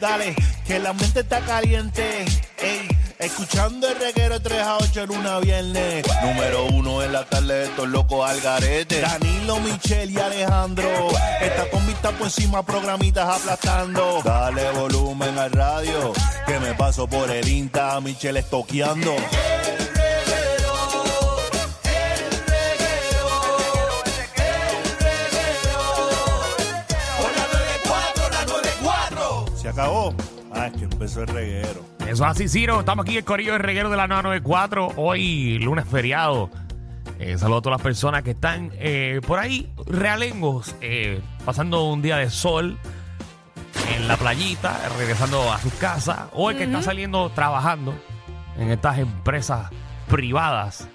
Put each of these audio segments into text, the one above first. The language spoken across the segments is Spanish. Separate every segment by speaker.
Speaker 1: dale, que la mente está caliente. Ey, escuchando el reguero 3 a 8 en una viernes.
Speaker 2: Número uno en la tarde de estos locos al garete.
Speaker 1: Danilo, Michelle y Alejandro. Esta combi está por encima, programitas aplastando.
Speaker 2: Dale volumen al radio, que me paso por el Insta, a Michelle estoqueando.
Speaker 1: Se acabó. Ah, es que empezó el reguero.
Speaker 3: Eso es así, Ciro. Estamos aquí en el Corillo del Reguero de la 994. Hoy, lunes feriado. Eh, saludo a todas las personas que están eh, por ahí, realengos, eh, pasando un día de sol en la playita, regresando a sus casas. O el que está saliendo trabajando en estas empresas privadas.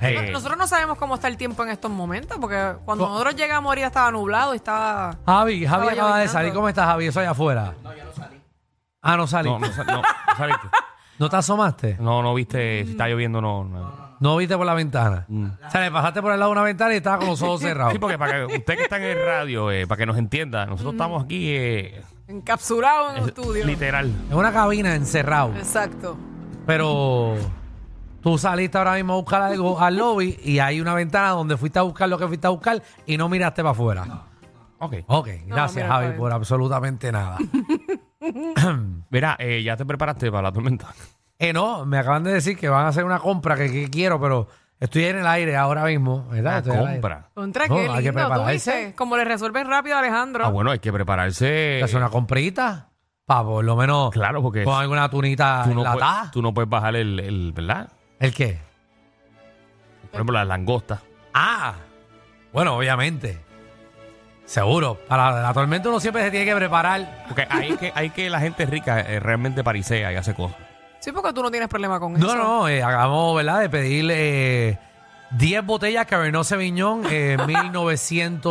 Speaker 3: Eh,
Speaker 4: Nosotros no sabemos cómo está el tiempo en estos momentos, porque cuando nosotros llegamos ahorita estaba nublado y estaba...
Speaker 5: Javi, Javi
Speaker 4: Estaba
Speaker 5: acaba de
Speaker 4: lloviznando.
Speaker 5: salir. ¿Cómo estás, Javi? Eso allá afuera. No, ya no salí. Ah, no salí.
Speaker 3: no,
Speaker 5: No,
Speaker 3: no, sal- no, no saliste.
Speaker 5: te asomaste.
Speaker 3: No, no viste, si está lloviendo, no. no.
Speaker 5: No viste por la ventana. O sea, le pasaste por el lado de una ventana y estaba con los ojos
Speaker 3: Mm.
Speaker 5: cerrados.
Speaker 3: Sí, porque para que usted que está en el radio, eh, para que nos entienda, nosotros estamos aquí eh,
Speaker 4: Encapsulado en
Speaker 3: es-
Speaker 4: un estudio.
Speaker 3: literal.
Speaker 5: Es una cabina encerrado.
Speaker 4: Exacto.
Speaker 5: Pero tú saliste ahora mismo a buscar algo al lobby y hay una ventana donde fuiste a buscar lo que fuiste a buscar y no miraste para afuera.
Speaker 3: Ok.
Speaker 5: Ok,
Speaker 4: No,
Speaker 5: gracias,
Speaker 4: mira,
Speaker 5: Javi,
Speaker 4: está
Speaker 5: por absolutamente nada.
Speaker 3: Mira, eh, ya te preparaste para la tormenta.
Speaker 5: Eh, no, me acaban de decir que van a hacer una compra que, que quiero, pero estoy en el aire ahora mismo. ¿verdad?
Speaker 3: La
Speaker 5: Estoy en el
Speaker 3: Ah,
Speaker 5: aire.
Speaker 3: compra.
Speaker 4: Contra,
Speaker 5: No,
Speaker 4: qué
Speaker 5: hay que
Speaker 4: lindo, ¿tú
Speaker 5: prepararse.
Speaker 4: viste? Como le resuelven rápido a Alejandro.
Speaker 3: Ah, bueno, hay que prepararse.
Speaker 5: hacer una comprita para por lo menos
Speaker 3: Claro, porque
Speaker 5: con alguna tunita
Speaker 3: tú no,
Speaker 5: enlatada.
Speaker 3: puedes, tú no puedes bajar el, el- ¿verdad?
Speaker 5: ¿El qué?
Speaker 3: Por ejemplo, las langostas.
Speaker 5: Ah, bueno, obviamente. Seguro. Para la tormenta uno siempre se tiene que preparar.
Speaker 3: Porque ahí es que, ahí es que la gente rica eh, realmente parisea y hace cosas.
Speaker 4: Sí, porque tú no tienes problema con
Speaker 5: No,
Speaker 4: eso.
Speaker 5: no, eh, hagamos, ¿verdad? De pedirle eh, 10 botellas Cabernet Sauvignon eh,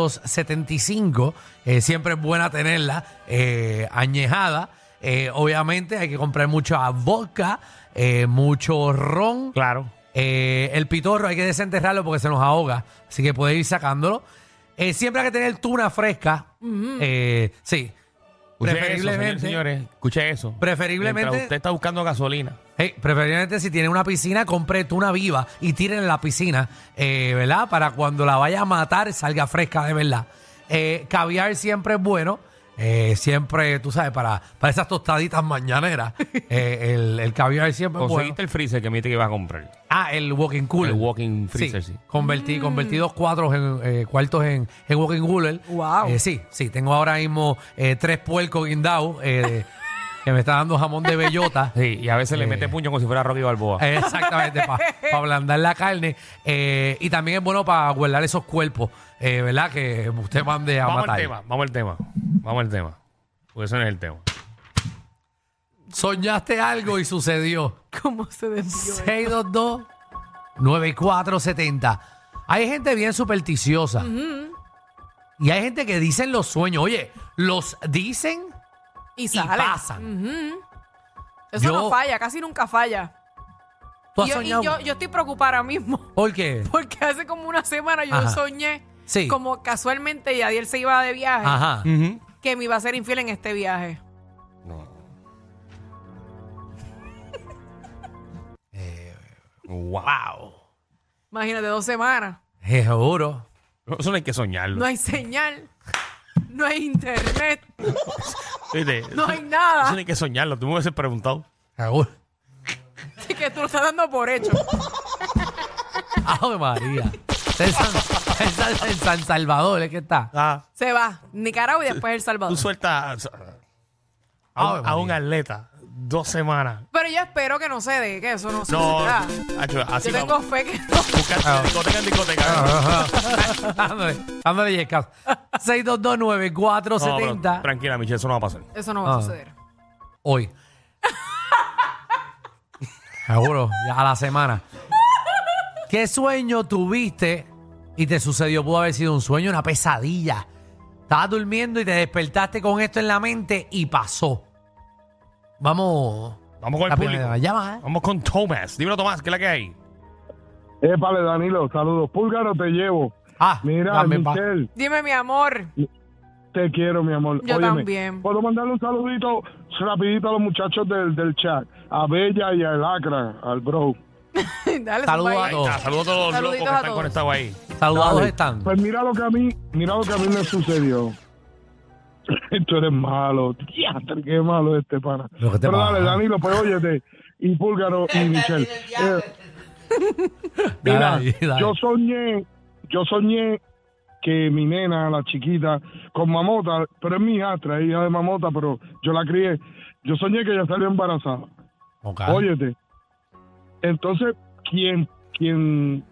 Speaker 5: 1975. Eh, siempre es buena tenerla eh, añejada. Eh, obviamente hay que comprar mucha vodka, eh, mucho ron.
Speaker 3: Claro.
Speaker 5: Eh, el pitorro hay que desenterrarlo porque se nos ahoga, así que puede ir sacándolo. Eh, siempre hay que tener tuna fresca. Eh, sí.
Speaker 3: Preferiblemente.
Speaker 5: Preferiblemente.
Speaker 3: señores, escuche eso.
Speaker 5: Preferiblemente-
Speaker 3: Mientras usted está buscando gasolina.
Speaker 5: Hey, preferiblemente si tiene una piscina, compre tuna viva y tiren en la piscina, eh, ¿verdad? Para cuando la vaya a matar salga fresca de verdad. Eh, caviar siempre es bueno. eh, siempre, tú sabes, para, para esas tostaditas mañaneras, eh, el, el caviar siempre es bueno.
Speaker 3: Conseguiste el freezer que me dijiste que ibas a comprar.
Speaker 5: Ah, el walking cooler.
Speaker 3: El walk-in freezer, sí.
Speaker 5: Convertí, convertí dos cuatros en, eh, cuartos en, en walking cooler.
Speaker 4: Wow.
Speaker 5: Eh, sí, sí. Tengo ahora mismo eh, tres puercos guindados eh, que me está dando jamón de bellota.
Speaker 3: Sí, y a veces le
Speaker 5: Eh.
Speaker 3: mete puño como si fuera Rocky Balboa.
Speaker 5: Eh, Exactamente, para ablandar la carne. Eh, y también es bueno para guardar esos cuerpos, eh, ¿verdad? Que usted mande a
Speaker 3: vamos
Speaker 5: matar.
Speaker 3: al tema, vamos al tema. Vamos al tema. Porque eso no es el tema.
Speaker 5: Soñaste algo y sucedió.
Speaker 4: ¿Cómo se desvió?
Speaker 5: 622 9470. Hay gente bien supersticiosa. Y hay gente que dicen los sueños. Oye, los dicen
Speaker 4: Y
Speaker 5: y
Speaker 4: sale.
Speaker 5: pasan.
Speaker 4: Eso no
Speaker 5: Yo-
Speaker 4: falla, casi nunca falla.
Speaker 5: ¿Tú has
Speaker 4: Y yo, y
Speaker 5: soñado?
Speaker 4: yo, yo estoy preocupada ahora mismo.
Speaker 5: ¿Por qué?
Speaker 4: Porque hace como una semana yo
Speaker 5: Ajá.
Speaker 4: soñé,
Speaker 5: Sí.
Speaker 4: como casualmente Yadiel se iba de viaje,
Speaker 5: Ajá.
Speaker 4: que me iba a ser infiel en este viaje.
Speaker 3: Eh, Wow.
Speaker 4: Imagínate, dos semanas.
Speaker 5: Seguro.
Speaker 3: Eso no hay que soñarlo.
Speaker 4: No hay señal, no hay internet,
Speaker 3: Oíste,
Speaker 4: no
Speaker 3: eso-
Speaker 4: hay
Speaker 3: Eso
Speaker 4: nada.
Speaker 3: no hay que soñarlo. Tú me hubieses preguntado.
Speaker 5: Seguro.
Speaker 4: Así que tú lo estás dando por hecho.
Speaker 5: Ave María. En San, en San- en San Salvador es que está.
Speaker 3: Ah,
Speaker 4: Se va Nicaragua y después El Salvador.
Speaker 3: tú sueltas a- a, un-
Speaker 5: Ay,
Speaker 3: a un atleta dos semanas.
Speaker 4: Pero yo espero que no se dé, que eso no
Speaker 3: No,
Speaker 4: suceda.
Speaker 3: Hacho, así
Speaker 4: Yo
Speaker 3: va.
Speaker 4: tengo fe que no.
Speaker 3: Buscarte en discoteca en discoteca.
Speaker 5: ah, dándole, dándole yescas.
Speaker 3: No, pero
Speaker 5: 6229470
Speaker 3: tranquila, Michelle, eso no va a pasar.
Speaker 4: Eso no va a
Speaker 5: Ah.
Speaker 4: suceder.
Speaker 5: hoy. Seguro, ya a la semana. ¿Qué sueño tuviste y te sucedió? Pudo haber sido un sueño, una pesadilla. Estabas durmiendo y te despertaste con esto en la mente y pasó. Vamos.
Speaker 3: Vamos con
Speaker 5: La
Speaker 3: el público.
Speaker 5: primera llamada, ¿eh?
Speaker 3: Vamos con Tomás. Dímelo, Tomás, ¿qué es la que hay?
Speaker 6: Épale, Danilo, saludos. Púlgaro te llevo.
Speaker 5: Ah,
Speaker 6: Mira,
Speaker 5: dame pa-
Speaker 6: Michelle,
Speaker 4: Dime, mi amor.
Speaker 6: Te quiero, mi amor.
Speaker 4: Yo
Speaker 6: Óyeme,
Speaker 4: también.
Speaker 6: Puedo mandarle un saludito rapidito a los muchachos del, del chat. A Bella y a Lacra, al bro.
Speaker 4: Dale,
Speaker 5: Saludos
Speaker 4: zumba
Speaker 5: a
Speaker 4: ahí.
Speaker 5: todos.
Speaker 3: Saludos a todos los locos que
Speaker 4: Saluditos a
Speaker 3: están
Speaker 4: todos.
Speaker 3: conectados ahí.
Speaker 5: Saludados
Speaker 6: Dale.
Speaker 5: están.
Speaker 6: Pues mira lo que a mí, mira lo que a mí me sucedió. Tú eres malo. Diantre, Qué malo este pana.
Speaker 5: Lo que te
Speaker 6: Pero dale,
Speaker 5: pasa.
Speaker 6: Danilo, pues óyete. Y Púlgaro y Michelle. Eh, Mira,
Speaker 5: Dale, dale.
Speaker 6: yo soñé, yo soñé que mi nena, la chiquita, con mamota, pero es mi hija, hija de mamota, pero yo la crié. Yo soñé que ella salió embarazada.
Speaker 5: Ok.
Speaker 6: Óyete. Entonces, quien, quien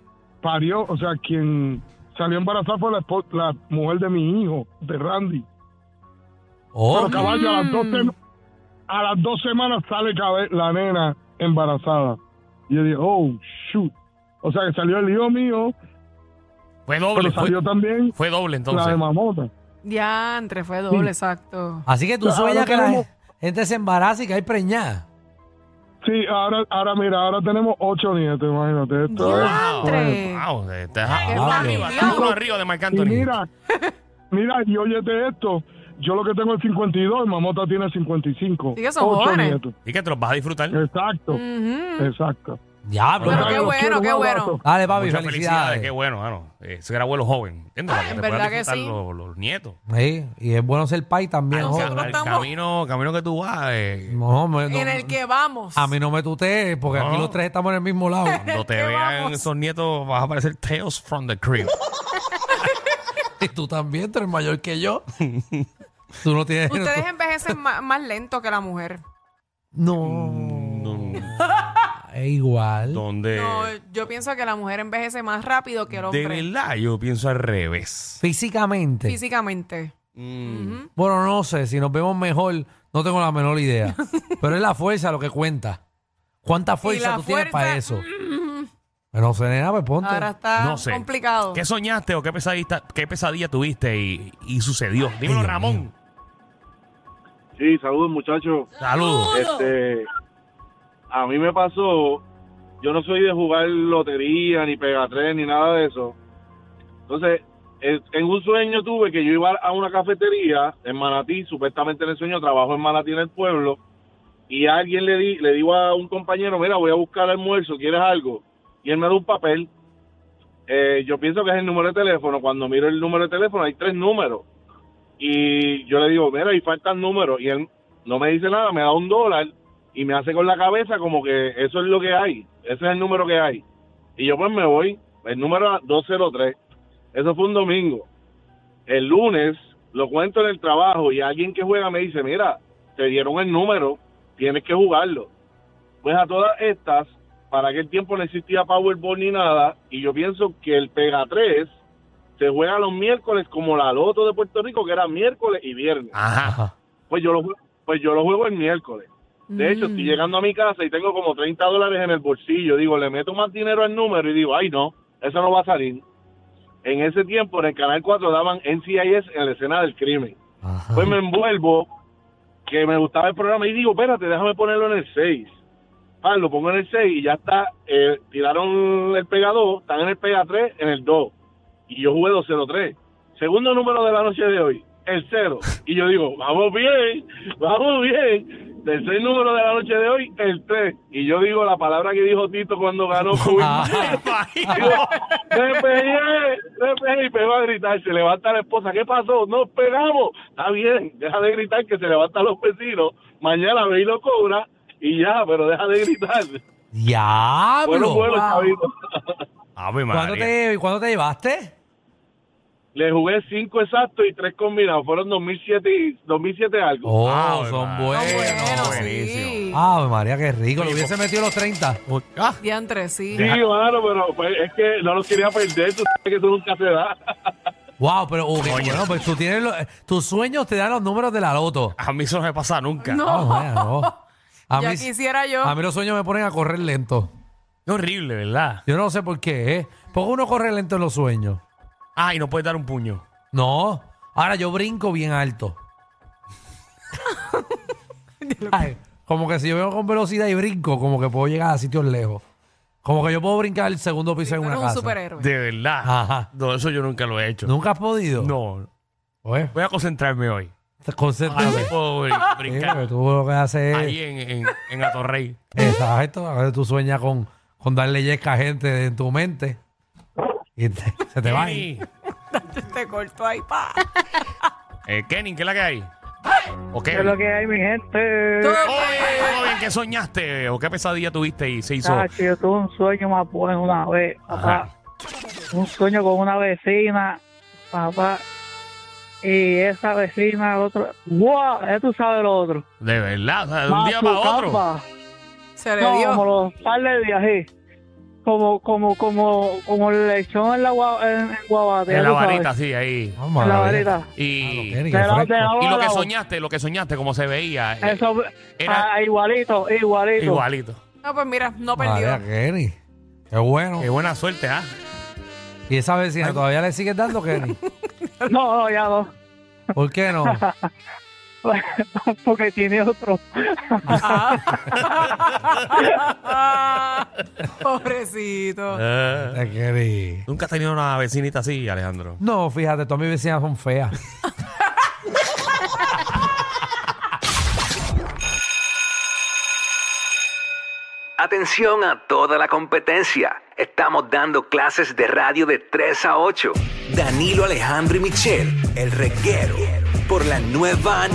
Speaker 6: parió, o sea, quien salió embarazada fue la, espo- la mujer de mi hijo, de Randy.
Speaker 5: Oh,
Speaker 6: Pero caballo, a las dos, sem- a las dos semanas sale cabe- la nena embarazada. Y yo dije, oh, shoot. O sea, que salió el hijo mío,
Speaker 3: Fue
Speaker 6: pero
Speaker 3: doble, fue,
Speaker 6: salió también
Speaker 3: fue doble
Speaker 6: la de
Speaker 3: entonces.
Speaker 6: mamota.
Speaker 4: Diantre, fue doble, exacto.
Speaker 5: así que tú
Speaker 6: Ahora
Speaker 5: sueñas que la
Speaker 6: tenemos-
Speaker 5: gente se embaraza y que hay preñada.
Speaker 6: Sí, ahora, ahora mira, ahora tenemos ocho nietos, imagínate. Esto es-
Speaker 4: Diantre.
Speaker 3: wow, está
Speaker 4: Qué
Speaker 3: uno
Speaker 4: barrio.
Speaker 3: arriba, está uno arriba de Marc
Speaker 6: Y
Speaker 3: Anthony.
Speaker 6: mira, mira, y óyete esto. Yo lo que tengo es 52, mamota tiene 55.
Speaker 4: Sí, que son
Speaker 6: Ocho
Speaker 4: jóvenes.
Speaker 6: nietos.
Speaker 3: Y que te los vas a disfrutar.
Speaker 5: Eh,
Speaker 6: Exacto,
Speaker 4: Ujú.
Speaker 6: exacto.
Speaker 5: Diablo.
Speaker 4: Pero
Speaker 6: Ay,
Speaker 4: qué
Speaker 6: los
Speaker 4: bueno,
Speaker 6: quiero,
Speaker 4: qué
Speaker 6: un
Speaker 4: bueno.
Speaker 6: abrazo.
Speaker 5: Dale, papi,
Speaker 3: Muchas
Speaker 5: felicidades.
Speaker 3: felicidades, qué bueno, mano. Eh, ser abuelo joven, ¿entiendes? Para que te
Speaker 4: ¿verdad
Speaker 3: puedas
Speaker 4: que
Speaker 3: disfrutar
Speaker 4: sí?
Speaker 3: los, los nietos.
Speaker 5: Sí, y es bueno ser pai también.
Speaker 4: Ah,
Speaker 5: joder.
Speaker 4: nosotros
Speaker 3: el
Speaker 4: estamos-
Speaker 3: camino, camino que tú vas, eh,
Speaker 5: No, me- no-
Speaker 4: En el que vamos.
Speaker 5: a mí no me tutees porque aquí
Speaker 3: No.
Speaker 5: los tres estamos en el mismo lado.
Speaker 3: cuando te
Speaker 4: ¿Qué
Speaker 3: vean
Speaker 4: vamos?
Speaker 3: esos nietos vas a parecer Tales from the Crib.
Speaker 5: y tú también, tú eres mayor que yo. tú no tienes...
Speaker 4: Ustedes envejecen ma- más, lento que la mujer.
Speaker 5: No,
Speaker 3: Don-
Speaker 5: es igual.
Speaker 3: Donde...
Speaker 4: No, yo pienso que la mujer envejece más rápido que el
Speaker 3: de
Speaker 4: hombre.
Speaker 3: verdad, yo pienso al revés.
Speaker 5: Físicamente.
Speaker 4: Físicamente.
Speaker 5: Bueno, no sé, si nos vemos mejor, no tengo la menor idea. Pero es la fuerza lo que cuenta. ¿Cuánta fuerza
Speaker 4: la
Speaker 5: tú tienes
Speaker 4: fuerza, mm.
Speaker 5: para eso? No sé, nena, pues ponte.
Speaker 4: Ahora está
Speaker 3: No sé.
Speaker 4: complicado.
Speaker 3: ¿Qué soñaste o qué pesadilla, qué pesadilla tuviste y, y sucedió? Dímelo,
Speaker 5: Dios
Speaker 3: Ramón.
Speaker 5: mío.
Speaker 7: Sí, saludos muchachos.
Speaker 3: Saludos.
Speaker 7: Este, a mí me pasó, yo no soy de jugar lotería, ni pegatres, ni nada de eso. Entonces, es- en un sueño tuve que yo iba a una cafetería en Manatí, supuestamente en el sueño trabajo en Manatí en el pueblo, y a alguien le, di, le digo a un compañero, mira, voy a buscar almuerzo, ¿quieres algo? Y él me da un papel. Eh, yo pienso que es el número de teléfono. Cuando miro el número de teléfono, hay tres números. Y yo le digo, mira, y faltan números. Y él no me dice nada, me da un dólar y me hace con la cabeza como que eso es lo que hay, ese es el número que hay. Y yo pues me voy, el número era 203, eso fue un domingo. El lunes lo cuento en el trabajo y alguien que juega me dice, mira, te dieron el número, tienes que jugarlo. Pues a todas estas, para aquel tiempo no existía Powerball ni nada, y yo pienso que el Pega 3 se juega los miércoles como la Loto de Puerto Rico, que era miércoles y viernes.
Speaker 3: Ajá.
Speaker 5: Ajá.
Speaker 7: Pues yo lo, jue- pues yo lo juego el miércoles. De hecho,
Speaker 4: Mm.
Speaker 7: estoy llegando a mi casa y tengo como 30 dólares en el bolsillo. Digo, le meto más dinero al número y digo, ay no, eso no va a salir. En ese tiempo en el Canal 4 daban NCIS en la escena del crimen.
Speaker 5: Ajá.
Speaker 7: Pues me envuelvo, que me gustaba el programa y digo, espérate, déjame ponerlo en el 6. Ah, lo pongo en el 6 y ya está. eh, tiraron el pega 2, están en el pega 3, en el 2. Y yo jugué 203. Segundo número de la noche de hoy, el 0. Y yo digo, vamos bien, vamos bien. Tercer número de la noche de hoy, el 3. Y yo digo la palabra que dijo Tito cuando ganó. Cuba. Me pegué, me pegué y pegó a gritar. Se levanta la esposa. ¿Qué pasó? No pegamos. Está bien, deja de gritar que se levantan los vecinos. Mañana ve y lo cobra y ya, pero deja de gritar. Bueno,
Speaker 5: ¡Diablo!
Speaker 7: bueno,
Speaker 4: Wow.
Speaker 7: chavito.
Speaker 3: Ave
Speaker 5: ¿Cuándo,
Speaker 3: María.
Speaker 5: te, cuándo te llevaste?
Speaker 7: Le jugué cinco exactos y tres combinados. Fueron 2007, y- 2007 algo.
Speaker 5: Oh,
Speaker 3: Ave
Speaker 5: son
Speaker 3: María.
Speaker 5: buenos.
Speaker 4: Son buenos, Ah, sí.
Speaker 3: buenísimo.
Speaker 5: Ave María, qué rico. Le hubiese metido los 30. Ah,
Speaker 4: Diantre, sí.
Speaker 7: Sí, claro, pero pues, es que no los quería perder. Tú sabes que eso nunca se da.
Speaker 5: Wow, pero oh, qué bueno, pues tú tienes los- tus sueños te dan los números de la loto.
Speaker 3: A mí eso no me pasa nunca.
Speaker 4: Ah, No.
Speaker 5: Oh, man, no. A
Speaker 4: ya
Speaker 5: mí,
Speaker 4: quisiera yo.
Speaker 5: a mí los sueños me ponen a correr lento.
Speaker 3: Qué horrible, ¿verdad?
Speaker 5: Yo no sé por qué, ¿eh? Porque uno corre lento en los sueños.
Speaker 3: Ay, no puedes dar un puño.
Speaker 5: No. Ahora yo brinco bien alto. Ay, como que si yo vengo con velocidad y brinco, como que puedo llegar a sitios lejos. Como que yo puedo brincar el segundo piso
Speaker 4: Tú
Speaker 5: en una
Speaker 4: eres un
Speaker 5: casa.
Speaker 4: superhéroe.
Speaker 3: De verdad.
Speaker 5: Ajá.
Speaker 3: No, eso yo nunca lo he hecho.
Speaker 5: ¿Nunca has podido?
Speaker 3: No.
Speaker 5: Oye,
Speaker 3: Voy a concentrarme hoy.
Speaker 4: Pues,
Speaker 5: te
Speaker 3: A ver
Speaker 4: ah,
Speaker 5: concéntrate.
Speaker 3: si puedo br-
Speaker 5: Sí, porque
Speaker 3: brincar
Speaker 5: tú lo que haces es-
Speaker 3: ahí en, en, en Atorrey.
Speaker 5: Exacto, a veces tú sueñas con, con darle yesca a gente en tu mente y te- se te va ahí.
Speaker 3: Kenny,
Speaker 4: Te cortó ahí, pa.
Speaker 3: eh, Kenny, ¿qué es la que hay? ¿O
Speaker 8: ¿Qué
Speaker 3: qué? Oh, eh,
Speaker 8: es lo que hay, mi gente?
Speaker 5: Oh,
Speaker 4: Todo
Speaker 3: Oye,
Speaker 5: eh.
Speaker 3: todo bien, ¿qué soñaste? ¿O qué pesadilla tuviste y se hizo?
Speaker 8: Tacho, yo tuve un sueño más bueno una vez, papá.
Speaker 3: Ajá.
Speaker 8: Un sueño con una vecina, papá. Y esa vecina, otro. ¡Wow! Ya tú sabes lo otro.
Speaker 3: De verdad, o sea, de un día para otro.
Speaker 8: Machucamba.
Speaker 4: Se le
Speaker 8: No, como
Speaker 4: dio.
Speaker 8: los par de días, sí. Como, como, como, como el lechón en la guava, en, en guabate, ya
Speaker 3: En la
Speaker 8: tú sabes.
Speaker 3: varita, sí, ahí.
Speaker 5: Vamos
Speaker 8: En la
Speaker 5: a ver.
Speaker 8: varita.
Speaker 3: Y,
Speaker 5: Kenny,
Speaker 3: y
Speaker 5: qué
Speaker 8: De la- de
Speaker 5: fresco.
Speaker 8: la
Speaker 3: lo
Speaker 8: bola,
Speaker 3: que
Speaker 8: o-
Speaker 3: soñaste, lo que soñaste, como se veía. eh,
Speaker 8: Eso,
Speaker 3: era-
Speaker 8: ah, igualito, igualito.
Speaker 3: Igualito.
Speaker 4: No, pues mira, no
Speaker 5: María
Speaker 4: perdió.
Speaker 5: Kenny. Qué bueno.
Speaker 3: Qué buena suerte, ¿ah?
Speaker 5: ¿Y esa vecina todavía le sigues dando, Kenny?
Speaker 8: No, no, ya no.
Speaker 5: ¿Por qué no?
Speaker 8: Porque tiene otro.
Speaker 4: Ah. Pobrecito.
Speaker 3: Eh,
Speaker 5: Ay, Kenny.
Speaker 3: Nunca has tenido una vecinita así, Alejandro.
Speaker 5: No, fíjate, todas mis vecinas son feas.
Speaker 9: Atención a toda la competencia. Estamos dando clases de radio de 3 a 8. Danilo Alejandro y Michel, el reguero, por la nueva